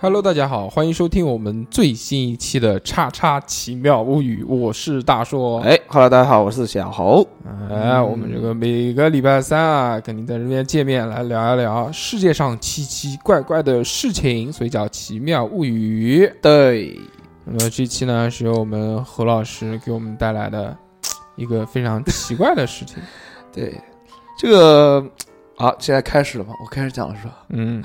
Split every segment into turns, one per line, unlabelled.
Hello，大家好，欢迎收听我们最新一期的《叉叉奇妙物语》，我是大硕。
哎，Hello，大家好，我是小猴。
哎，我们这个每个礼拜三啊，跟您在这边见面，来聊一聊世界上奇奇怪怪的事情，所以叫奇妙物语。
对，
那么这期呢，是由我们侯老师给我们带来的一个非常奇怪的事 情。
对，这个好，现在开始了吗？我开始讲了是吧？
嗯，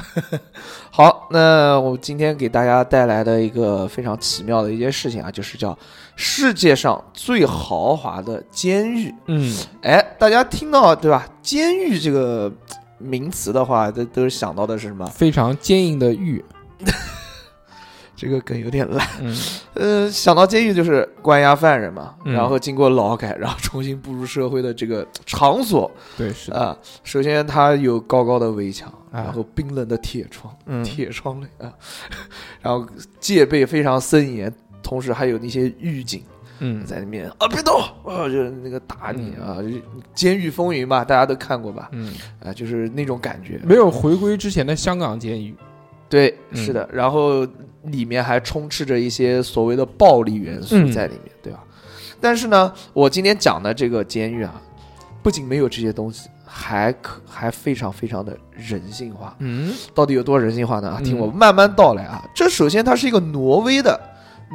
好，那我今天给大家带来的一个非常奇妙的一件事情啊，就是叫世界上最豪华的监狱。
嗯，
哎，大家听到对吧？监狱这个名词的话，都都是想到的是什么？
非常坚硬的玉。
这个梗有点烂。
嗯，
呃，想到监狱就是关押犯人嘛，
嗯
然后经过劳改，然后重新步入社会的这个场所。
对，是的，
啊，首先它有高高的围墙，
啊
然后冰冷的铁窗，
嗯
铁窗嘞啊，然后戒备非常森严，同时还有那些狱警
嗯，
在里面啊，别动啊，就是那个打你啊，就监狱风云吧，大家都看过吧？
嗯，
啊，就是那种感觉。
没有回归之前的香港监狱。
对，
嗯
是的，然后里面还充斥着一些所谓的暴力元素
嗯
在里面，对吧？但是呢，我今天讲的这个监狱啊，不仅没有这些东西，还可还非常非常的人性化。
嗯
到底有多人性化呢？啊
嗯
听我慢慢道来啊。这首先它是一个挪威的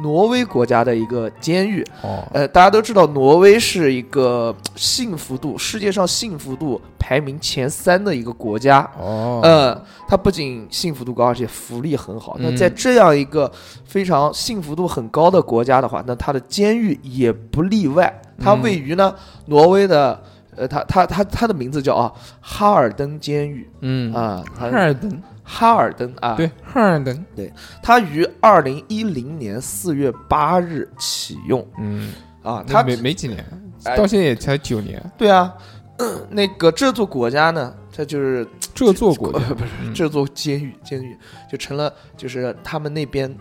挪威国家的一个监狱。
哦，
呃，大家都知道，挪威是一个呃幸福度世界上幸福度排名前三的一个国家。
哦，
嗯，它不仅幸福度高，而且福利很好。那
嗯
在这样一个非常幸福度很高的国家的话，那它的监狱也不例外。它
嗯
位于呢挪威的，呃，它它它它的名字叫啊哈尔登监狱
嗯，
啊，
哈
它
尔登，
哈尔登啊，
对，哈尔登，
它于二零一零年四月八日启用
嗯，
啊，
他
它
没没几年，
哎
到现在也才九年，
对啊， 嗯那个这座国家呢，它就是
这座国家
不是
嗯
这座监狱，监狱就成了就是他们那边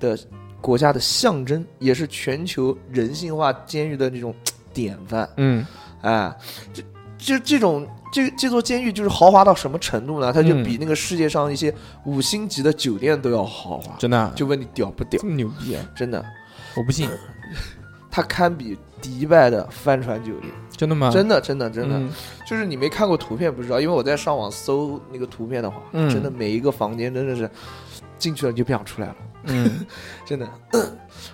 的国家的象征，也是全球人性化监狱的那种典范。
嗯
哎，这这这种这这座监狱就是豪华到什么程度呢？它就
嗯
比那个世界上一些五星级的酒店都要豪华。
真的啊
就问你屌不屌
这？么牛逼啊，
真的，
我不信，
它堪比迪拜的帆船酒店，
真的吗？
真的，真的，真的。
嗯
就是你没看过图片不知道，因为我在上网搜那个图片的话，
嗯
真的每一个房间真的是进去了你就不想出来了，
嗯，
真的。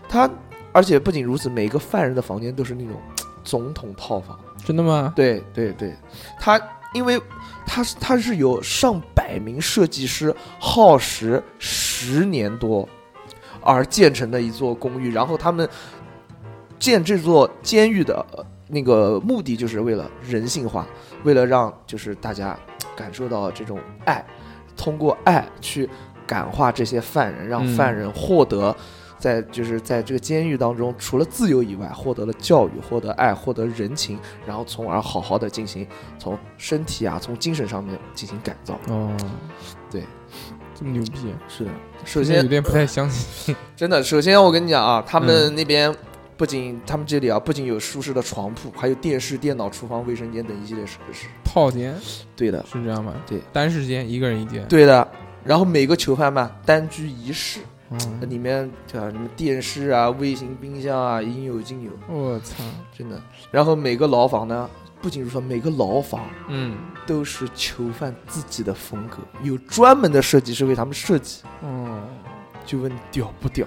他而且不仅如此，每一个犯人的房间都是那种总统套房。
真的吗？
对对对，他因为他是他是有上百名设计师耗时十年多而建成的一座公寓，然后他们建这座监狱的呃那个目的就是为了人性化，为了让就是大家感受到这种爱，通过爱去感化这些犯人，让
嗯
犯人获得。在就是在这个监狱当中，除了自由以外，获得了教育，获得爱，获得人情，然后从而好好的进行从身体啊，从精神上面进行改造。
哦，
对，
这么牛逼，啊
是的，首
有
先
点不太相信，
真的，首先我跟你讲啊，他们那边不仅他们这里啊，不仅有舒适的床铺，还有电视、电脑、厨房、卫生间等一系列设施。
套间
对的，
是这样吗？
对，
单室间一个人一间，，
对的。然后每个囚犯嘛，单居一室，
嗯，
里面对吧，什么电视啊、微型冰箱啊，应有尽有，
我操，
真的。然后每个牢房呢，不仅如此，每个牢房
嗯，
都是囚犯自己的风格，有专门的设计师为他们设计。
哦，
就问屌不屌？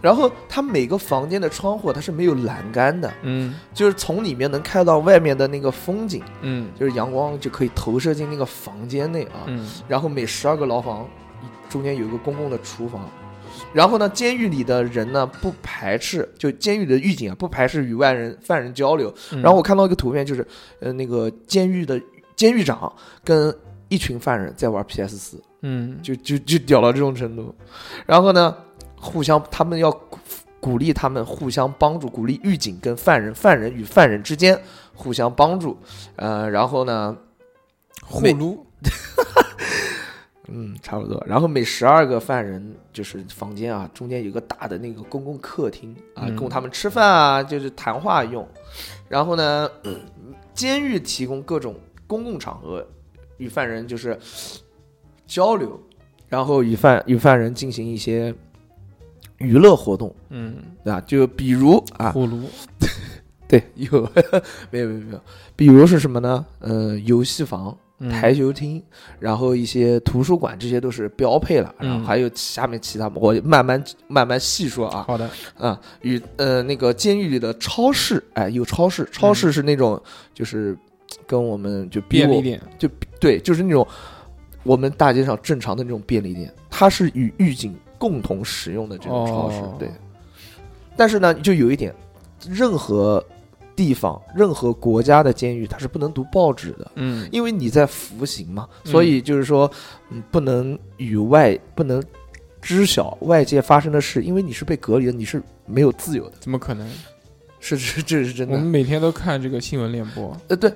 然后他每个房间的窗户它是没有栏杆的，
嗯
就是从里面能看到外面的那个风景，
嗯
就是阳光就可以投射进那个房间内啊。
嗯，
然后每十二个牢房一中间有一个公共的厨房。然后呢，监狱里的人呢不排斥，就监狱的狱警啊不排斥与外人犯人交流。
嗯
然后我看到一个图片，就是呃那个监狱的监狱长跟一群犯人在玩 PS 四，
嗯
就就就屌到这种程度。然后呢，互相他们要鼓鼓励他们互相帮助，鼓励狱警跟犯人、犯人与犯人之间互相帮助。呃，然后呢，
互
每
撸，
嗯，差不多。然后每十二个犯人就是房间啊，中间有个大的那个公共客厅啊，
嗯
供他们吃饭啊，就是谈话用。然后呢，嗯监狱提供各种公共场合与犯人就是交流然后与犯与犯人进行一些娱乐活动，
嗯，
对吧？就比如啊，
火炉，
对，有 没有没有没有，比如是什么呢？呃，游戏房、
嗯
台球厅，然后一些图书馆，这些都是标配了。然后
嗯
还有下面其他，我慢慢慢慢细说啊。
好的，
啊，与呃那个监狱里的超市，哎，有超
嗯
市，超市是那种就是跟我们就比
便利
我
店，
对，就是那种我们大街上正常的那种便利店，它是与狱警共同使用的这种超市，
哦
对。但是呢，就有一点，任何地方、任何国家的监狱，它是不能读报纸的。
嗯，
因为你在服刑嘛，
嗯
所以就是说，嗯，不能与外不能知晓外界发生的事，因为你是被隔离的，你是没有自由的，
怎么可能？
是是这是真
我们
的。
每天都看这个新闻联播，
呃，对，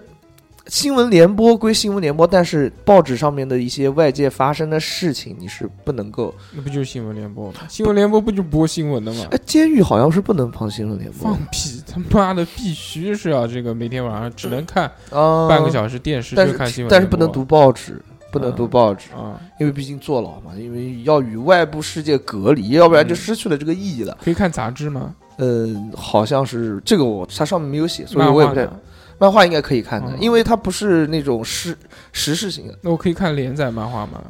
新闻联播归新闻联播，但是报纸上面的一些外界发生的事情，你是不能够。
那不就是新闻联播吗？ 新闻联播不就播新闻的吗？
哎，监狱好像是不能放新闻联播
放屁！他妈的，必须是要这个每天晚上只能看
的啊，
半个小时电视，
但
就是看新闻联播，
但是不能读报纸。不能读
嗯
报纸，
啊，
因为毕竟坐牢嘛，因为要与外部世界隔离，要不然
嗯
就失去了这个意义了。
可以看杂志吗？
嗯，好像是这个我它上面没有写，所以
漫
我也
画
不太。
呢？
漫画应该可以看的，
嗯
因为它不是那种时时事型的，
那我可以看连载漫画 吗？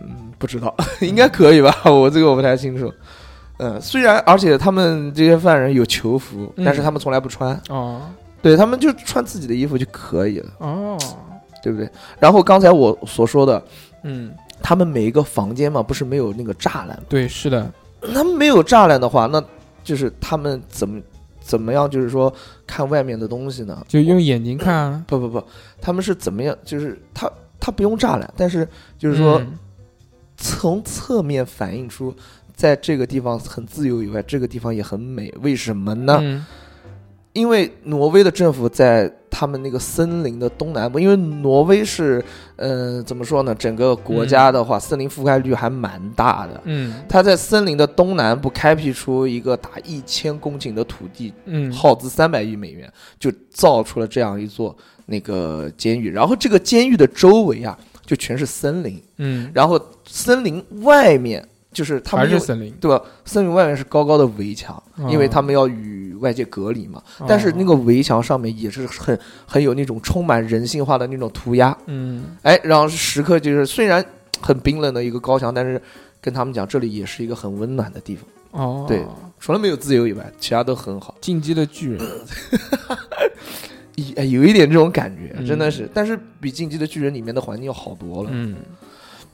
嗯，不 知道 应该可以吧？ 我这个我不太清楚。嗯，虽然而且他们这些犯人有囚服，
嗯
但是他们从来不穿，
哦
对他们就穿自己的衣服就可以了，
哦，
对不对？然后刚才我所说的，
嗯，
他们每一个房间嘛，不是没有那个栅栏吗？
对，是的，
他们没有栅栏的话，那就是他们怎么怎么样，就是说看外面的东西呢？
就用眼睛看啊，
不不不，他们是怎么样？就是他他不用栅栏，但是就是说
嗯
从侧面反映出，在这个地方很自由以外，这个地方也很美。为什么呢？
嗯
因为挪威的政府在他们那个森林的东南部，因为挪威是，嗯、怎么说呢？整个国家的话，森林覆盖率还蛮大的。
嗯
他在森林的东南部开辟出一个达一千公顷的土地，
嗯，
耗资三百亿美元，就造出了这样一座那个监狱。然后这个监狱的周围啊，就全是森林，
嗯，
然后森林外面就是他
还
们
是
有
森林，
对吧？森林外面是高高的围墙，
哦
因为他们要与外界隔离嘛。
哦
但是那个围墙上面也是很很有那种充满人性化的那种涂鸦，
嗯
哎，然后时刻就是虽然很冰冷的一个高墙，但是跟他们讲，这里也是一个很温暖的地方。
哦，
对除了没有自由以外，其他都很好。
进击的巨人，
一哎有一点这种感觉，
嗯
真的是，但是比《进击的巨人》里面的环境要好多了。
嗯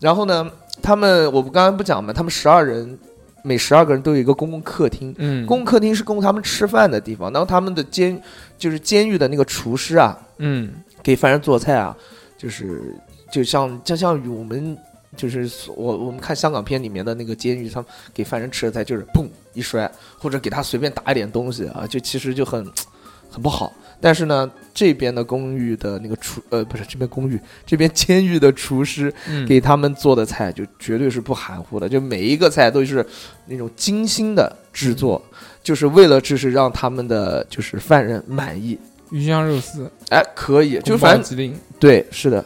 然后呢，他们我不刚才不讲嘛，他们十二人，每十二个人都有一个公共客厅，
嗯，
公共客厅是供他们吃饭的地方。然后他们的监就是监狱的那个厨师啊，
嗯
给犯人做菜啊，就是就像就像我们。就是所我我们看香港片里面的那个监狱，他们给犯人吃的菜就是砰一摔，或者给他随便打一点东西啊，就其实就很很不好。但是呢，这边的公寓的那个厨呃不是这边公寓这边监狱的厨师
嗯，
给他们做的菜就绝对是不含糊的，就每一个菜都是那种精心的制作，就是为了就是让他们的就是犯人满意。
鱼香肉丝，
哎，可以，就
宫
反
保
正
鸡丁，
对是的，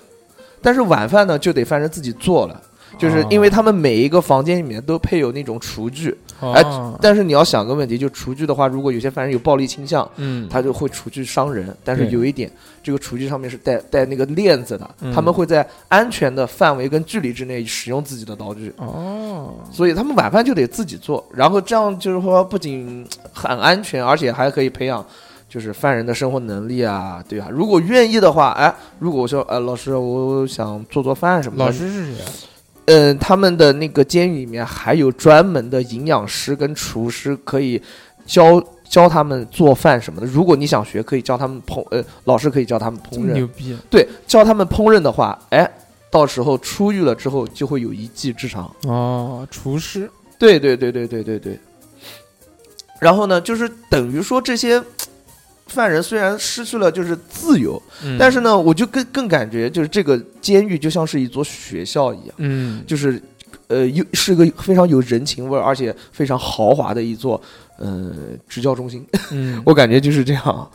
但是晚饭呢就得犯人自己做了。就是因为他们每一个房间里面都配有那种厨具，
哦
哎
哦
但是你要想个问题，就厨具的话，如果有些犯人有暴力倾向，
嗯，
他就会厨具伤人。但是
对
有一点，这个厨具上面是带带那个链子的，
嗯
他们会在安全的范围跟距离之内使用自己的刀具。
哦，
所以他们晚饭就得自己做，然后这样就是说不仅很安全，而且还可以培养就是犯人的生活能力啊，对啊。如果愿意的话，哎，如果我说，呃，老师，我想做做饭什么的，
老师是谁啊？
嗯，他们的那个监狱里面还有专门的营养师跟厨师，可以教教他们做饭什么的。如果你想学，可以教他们烹，呃，老师可以教他们
这
烹
么
饪
牛。逼，啊
对，教他们烹饪的话，哎，到时候出狱了之后就会有一技之长。
哦，厨
嗯
师，
对对对对对对对。然后呢，就是等于说这些犯人虽然失去了就是自由，
嗯
但是呢，我就更更感觉就是这个监狱就像是一座学校一样，
嗯，
就是呃，有是个非常有人情味儿，而且非常豪华的一座呃支教中心。
嗯，
我感觉就是这样。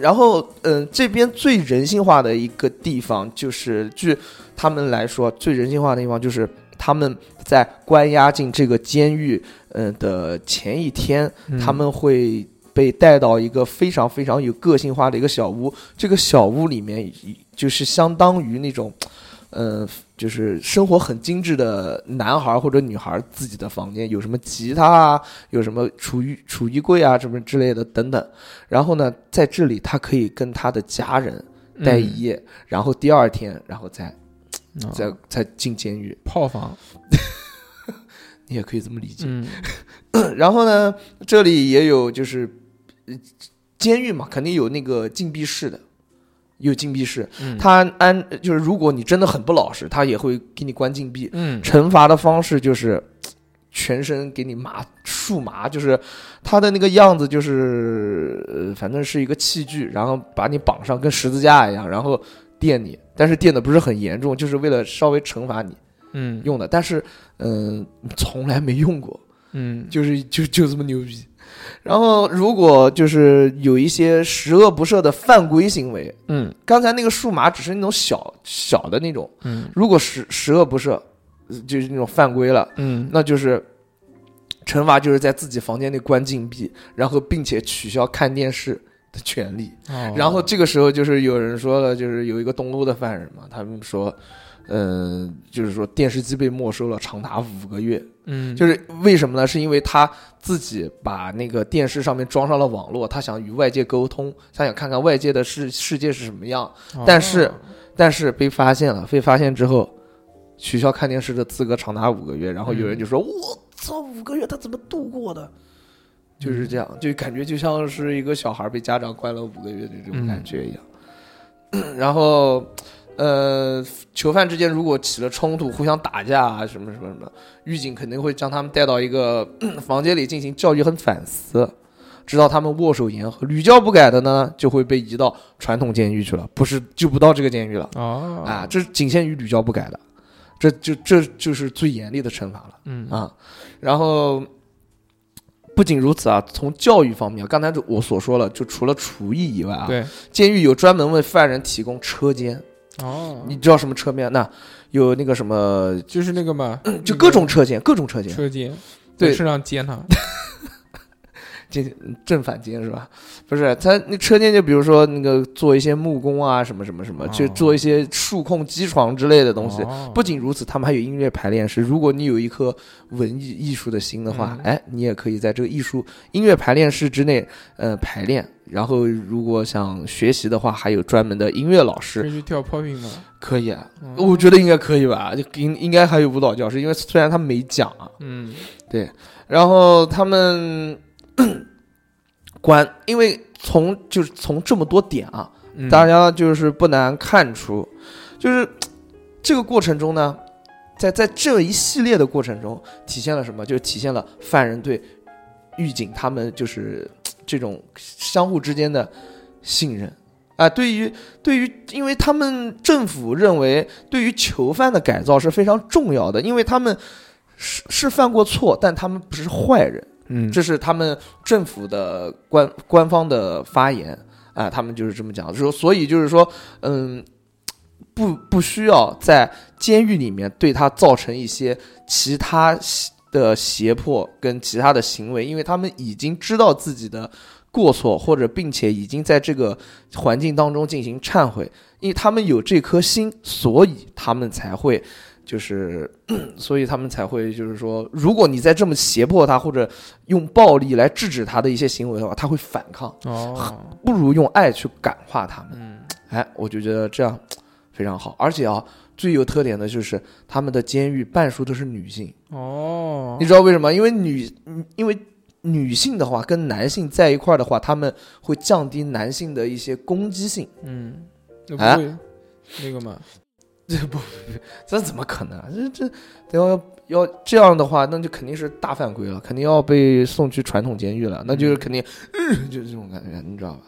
然后，嗯、这边最人性化的一个地方，就是据他们来说，最人性化的地方就是他们在关押进这个监狱，嗯、的前一天，
嗯
他们会被带到一个非常非常有个性化的一个小屋。这个小屋里面已就是相当于那种，呃，就是生活很精致的男孩或者女孩自己的房间，有什么吉他啊，有什么储衣储衣柜啊，什么之类的等等。然后呢，在这里他可以跟他的家人待一夜，然后第二天，然后再
嗯啊
再再进监狱，
炮房，
你也可以这么理解。
嗯
然后呢，这里也有就是，呃监狱嘛，肯定有那个禁闭室的，有禁闭室。
嗯，
他按就是，如果你真的很不老实，他也会给你关禁闭。
嗯
惩罚的方式就是全身给你麻束麻，就是他的那个样子就是，呃，反正是一个器具，然后把你绑上跟十字架一样，然后电你，但是电的不是很严重，就是为了稍微惩罚你
嗯
用的，但是嗯、从来没用过。
嗯
就是就就这么牛逼。然后，如果就是有一些十恶不赦的犯规行为，
嗯
刚才那个数码只是那种小小的那种，
嗯
如果十十恶不赦，呃就是那种犯规了，
嗯，
那就是惩罚就是在自己房间内关禁闭，然后并且取消看电视的权利。
哦
然后这个时候就是有人说了，就是有一个东欧的犯人嘛，他们说，嗯、就是说电视机被没收了长达五个月，
嗯
就是为什么呢？是因为他自己把那个电视上面装上了网络，他想与外界沟通，他想看看外界的世世界是什么样。
哦
但是但是被发现了，被发现之后，取消看电视的资格长达五个月。然后有人就说：“我操，五个月他怎么度过的？”就是这样，就感觉就像是一个小孩被家长关了五个月的这种感觉一样。 然后，呃，囚犯之间如果起了冲突，互相打架啊，什么什么什么，狱警肯定会将他们带到一个咳房间里进行教育和反思，直到他们握手言和。屡教不改的呢，就会被移到传统监狱去了，不是就不到这个监狱了
哦
啊，这仅限于屡教不改的，这就这就是最严厉的惩罚了。
嗯
啊，然后不仅如此啊，从教育方面，刚才就我所说了，就除了厨艺以外啊，
对
监狱有专门为犯人提供车间，
哦，
你知道什么车间？那有那个什么，
就是那个嘛，
嗯就各种车间，各种车间，
车间，
对
在车上接他，
监正反监是吧？不是，他那车间就比如说那个做一些木工啊，什么什么什么，就
哦
做一些数控机床之类的东西。
哦
不仅如此，他们还有音乐排练室。如果你有一颗文艺艺术的心的
嗯
话，哎，你也可以在这个艺术音乐排练室之内，呃，排练。然后，如果想学习的话，还有专门的音乐老
可
师，
以去跳 popping 嘛，
可以啊。
嗯
我觉得应该可以吧，就应应该还有舞蹈教师，因为虽然他没讲啊，
嗯
然后他们 关，因为从就是从这么多点啊，
嗯，
大家就是不难看出，就是这个过程中呢，在在这一系列的过程中，体现了什么？就体现了犯人对狱警他们就是这种相互之间的信任啊、对于对于，因为他们政府认为对于囚犯的改造是非常重要的，因为他们是是犯过错，但他们不是坏人。
嗯
这是他们政府的官官方的发言啊、他们就是这么讲的，说所以就是说，嗯，不不需要在监狱里面对他造成一些其他的胁迫跟其他的行为，因为他们已经知道自己的过错，或者并且已经在这个环境当中进行忏悔，因为他们有这颗心，所以他们才会。就是，嗯所以他们才会就是说，如果你再这么胁迫他，或者用暴力来制止他的一些行为的话，他会反抗，
哦
不如用爱去感化他们。
嗯
哎，我就觉得这样非常好，而且啊，最有特点的就是他们的监狱半数都是女性，
哦
你，知道为什么？因为女，嗯因为女性的话跟男性在一块儿的话，他们会降低男性的一些攻击性。
嗯，那
啊
不会那个嘛，
这不，这怎么可能啊？这这要要这样的话，那就肯定是大犯规了，肯定要被送去传统监狱了。那就是肯定，嗯、就是这种感觉，你知道吧？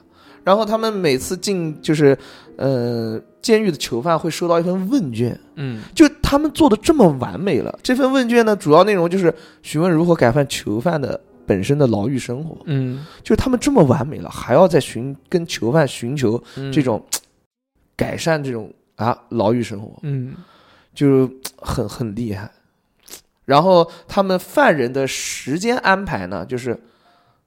然后他们每次进就是，呃，监狱的囚犯会收到一份问卷，
嗯
就他们做的这么完美了。这份问卷呢，主要内容就是询问如何改善囚犯的本身的牢狱生活。
嗯，
就是他们这么完美了，还要再寻跟囚犯寻求
嗯
这，种、改善这种啊牢狱生活，
嗯
就是很很厉害。然后他们犯人的时间安排呢，就是，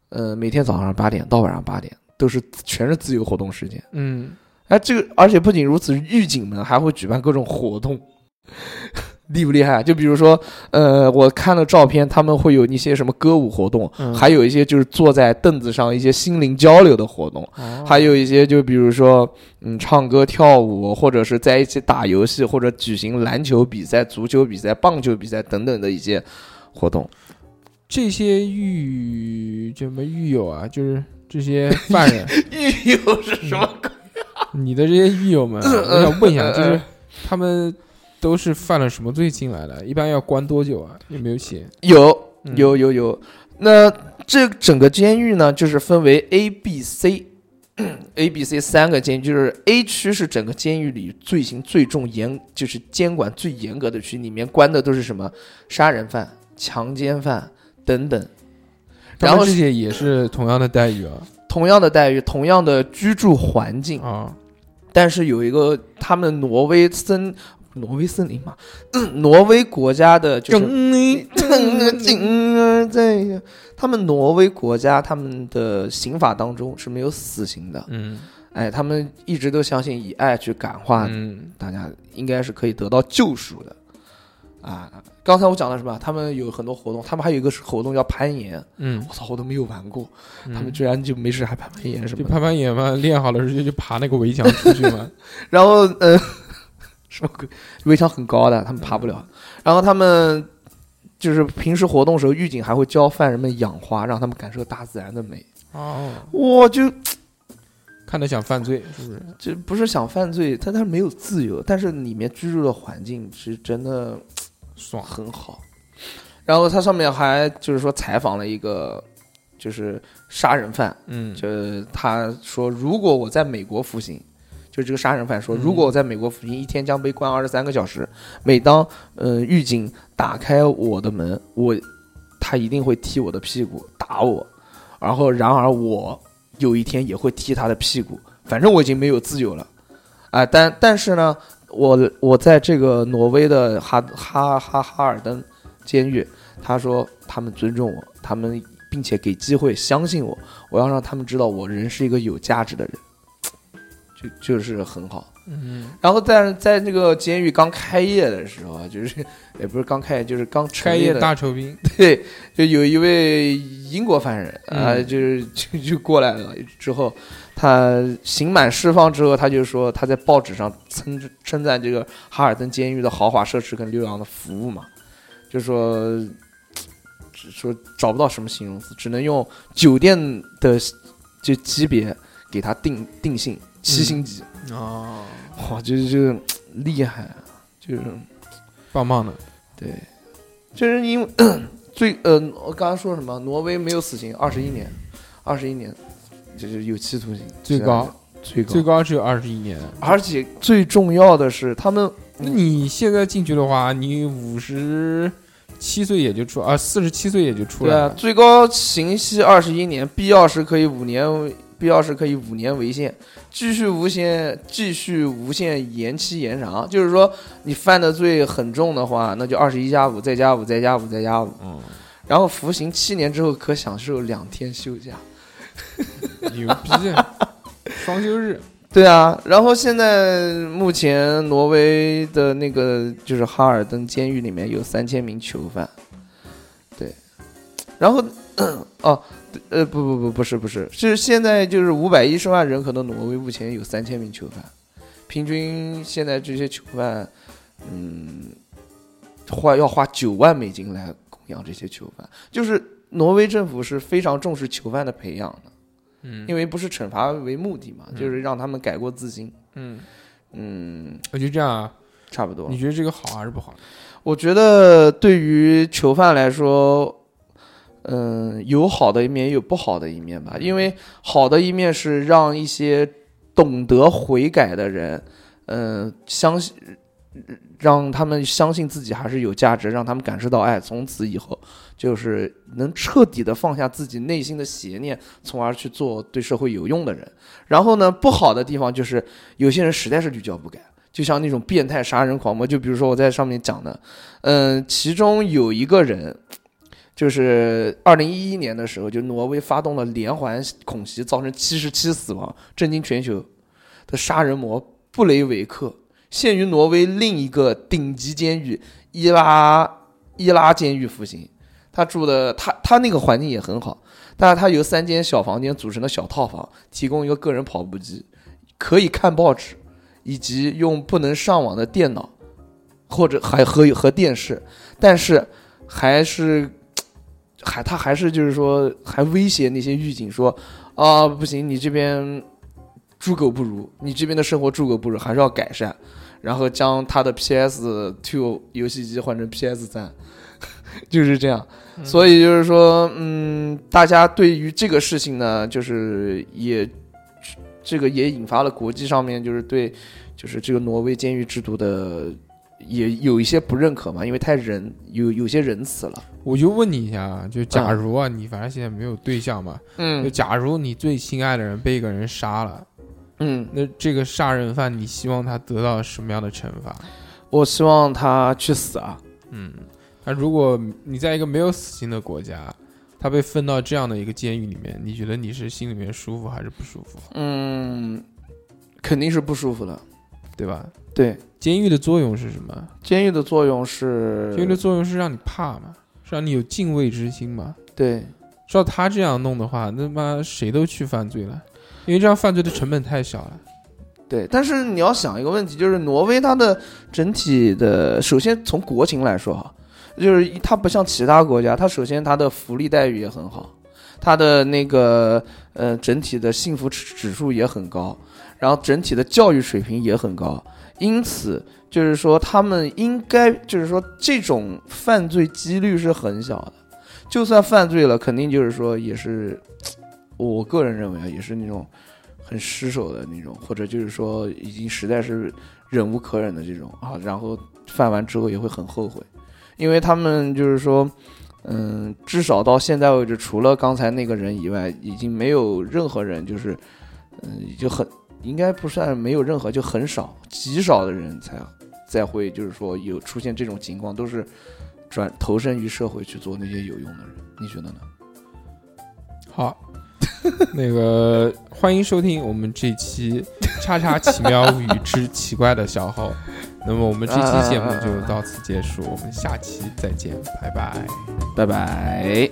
呃，每天早上八点到晚上八点都是全是自由活动时间。
嗯，
哎，这个而且不仅如此，狱警们还会举办各种活动， 厉不厉害？啊就比如说，呃，我看了照片，他们会有一些什么歌舞活动，
嗯
还有一些就是坐在凳子上一些心灵交流的活动，
哦
还有一些就比如说，嗯，唱歌跳舞，或者是在一起打游戏，或者举行篮球比赛、足球比赛、棒球比赛等等的一些活 动。
这些狱什么狱友啊，就是这 些犯人，嗯
狱友是什么？
你的这些狱友们啊，
呃
我想问一下，
呃
就是
呃
他们都是犯了什么罪进来的？一般要关多久啊？有没有写？
有
嗯
有有有。那这整个监狱呢，就是分为 A、B、C。A、B、C 三个监狱，就是 A 区是整个监狱里罪行最重、严就是监管最严格的区，里面关的都是什么杀人犯、强奸犯等等。
他
然后
们这些也是同样的待遇啊
同样的待遇，同样的居住环境，
啊，
但是有一个他们挪威森挪威森林嘛，嗯挪威国家的就是
嗯
嗯在他们挪威国家他们的刑法当中是没有死刑的，
嗯
哎，他们一直都相信以爱去感化
嗯
大家，应该是可以得到救赎的，啊。刚才我讲的什么？他们有很多活动，他们还有一个活动叫攀岩。
嗯，
我操，我都没有玩过，
嗯
他们居然就没事还攀攀岩什么
就
的。
攀攀岩嘛，练好了直接就爬那个围墙出去 嘛。
然后呃， 什么鬼？围墙很高的，他们爬不了。然后他们就是平时活动时候，狱警还会教犯人们养花，让他们感受大自然的美。
哦，
哇，就
看着想犯罪是不是？
就不是想犯罪，但他没有自由，但是里面居住的环境是真的
爽，
很好。然后他上面还就是说采访了一个就是杀人犯，
嗯
就是他说，如果我在美国服刑，就这个杀人犯说，
嗯
如果我在美国服刑，一天将被关二十三个小时。每当呃狱警打开我的门，我他一定会踢我的屁股打我，然后然而我有一天也会踢他的屁股，反正我已经没有自由了，啊、但但是呢，我我在这个挪威的哈哈哈哈尔登监狱，他说他们尊重我，他们并且给机会相信我，我要让他们知道我人是一个有价值的人，就就是很好。
嗯，
然后在在那个监狱刚开业的时候啊，就是 也不是刚开业，就是刚成
开
立
业
的
大酬宾，
对，就有一位英国犯人
嗯
啊、就是 就就过来了。之后，他刑满释放之后，他就说他在报纸上称称赞这个哈尔登监狱的豪华设施跟溜洋的服务嘛，就说只说找不到什么形容词，只能用酒店的 就级别给他定定性七星级。
哦，
哇，就就厉害啊，就是。
棒棒的，
对，就是因为最呃，我刚刚说什么？挪威没有死刑，二十一年，二十一年，就是有期徒刑，
最高
最高
最高只有二十一年。
而且最重要的是，他们
那你现在进去的话，你五十七岁也就出啊，四十七岁也就出
对
来
啊
了，。
最高刑期二十一年，必要时可以五年，必要时可以五年为限，继续无限继续无限延期延长。就是说，你犯的罪很重的话，那就二十一加五，再加五，再加五，再加五。
嗯，
然后服刑七年之后，可享受两天休假。
牛 逼，双休日。
对啊，然后现在目前挪威的那个就是哈尔登监狱里面有三千名囚犯，对，然后 哦，呃，不不不，不是不是，是现在就是五百一十万人口的挪威目前有三千名囚犯，平均现在这些囚犯，嗯，花要花九万美金来供养这些囚犯，就是挪威政府是非常重视囚犯的培养的。
嗯
因为不是惩罚为目的嘛，
嗯
就是让他们改过自新。
嗯，
嗯，
我就这样啊。
差不多
你。觉得这个好还是不好？
我觉得对于囚犯来说，嗯、有好的一面，也有不好的一面吧。因为好的一面是让一些懂得悔改的人，嗯、相信让他们相信自己还是有价值，让他们感受到爱，从此以后就是能彻底的放下自己内心的邪念，从而去做对社会有用的人。然后呢，不好的地方就是有些人实在是屡教不改，就像那种变态杀人狂魔，就比如说我在上面讲的，嗯，其中有一个人。就是二零一一年的时候，就挪威发动了连环恐袭，造成七十七死亡，震惊全球的杀人魔布雷维克，现于挪威另一个顶级监狱伊拉伊拉监狱服刑。他住的他他那个环境也很好，但是他由三间小房间组成的小套房，提供一个个人跑步机，可以看报纸，以及用不能上网的电脑，或者还和和电视，但是还是。还他还是就是说还威胁那些狱警说，啊、不行，你这边猪狗不如，你这边的生活猪狗不如，还是要改善。然后将他的 PS Two 游戏机换成 PS 三， 就是这样。所以就是说，嗯，大家对于这个事情呢，就是也这个也引发了国际上面就是对就是这个挪威监狱制度的也有一些不认可嘛，因为太仁有有些仁慈了。
我就问你一下啊，就假如啊，你反正现在没有对象嘛，就
嗯
假如你最心爱的人被一个人杀了，
嗯，
那这个杀人犯，你希望他得到什么样的惩罚？
我希望他去死啊！
嗯，那如果你在一个没有死刑的国家，他被分到这样的一个监狱里面，你觉得你是心里面舒服还是不舒服，
嗯，肯定是不舒服的。
对吧？
对，
监狱的作用是什么？
监狱的作用是，
监狱的作用是让你怕嘛，是让你有敬畏之心嘛。
对
照他这样弄的话，那妈谁都去犯罪了，因为这样犯罪的成本太小了。
对。但是你要想一个问题，就是挪威它的整体的，首先从国情来说哈，就是它不像其他国家，它首先它的福利待遇也很好，它的那个呃整体的幸福指指数也很高，然后整体的教育水平也很高，因此就是说他们应该就是说这种犯罪几率是很小的，就算犯罪了，肯定就是说也是，我个人认为啊，也是那种很失手的那种，或者就是说已经实在是忍无可忍的这种啊，然后犯完之后也会很后悔，因为他们就是说。嗯，至少到现在为止，除了刚才那个人以外，已经没有任何人就是，嗯，就很应该不算没有任何，就很少极少的人才才会就是说有出现这种情况，都是转投身于社会去做那些有用的人，你觉得呢？
好， 那个欢迎收听我们这期《叉叉奇妙物语之奇怪的小猴》。那么我们这期节目就到此结束，我们下期再见，拜拜。
拜拜。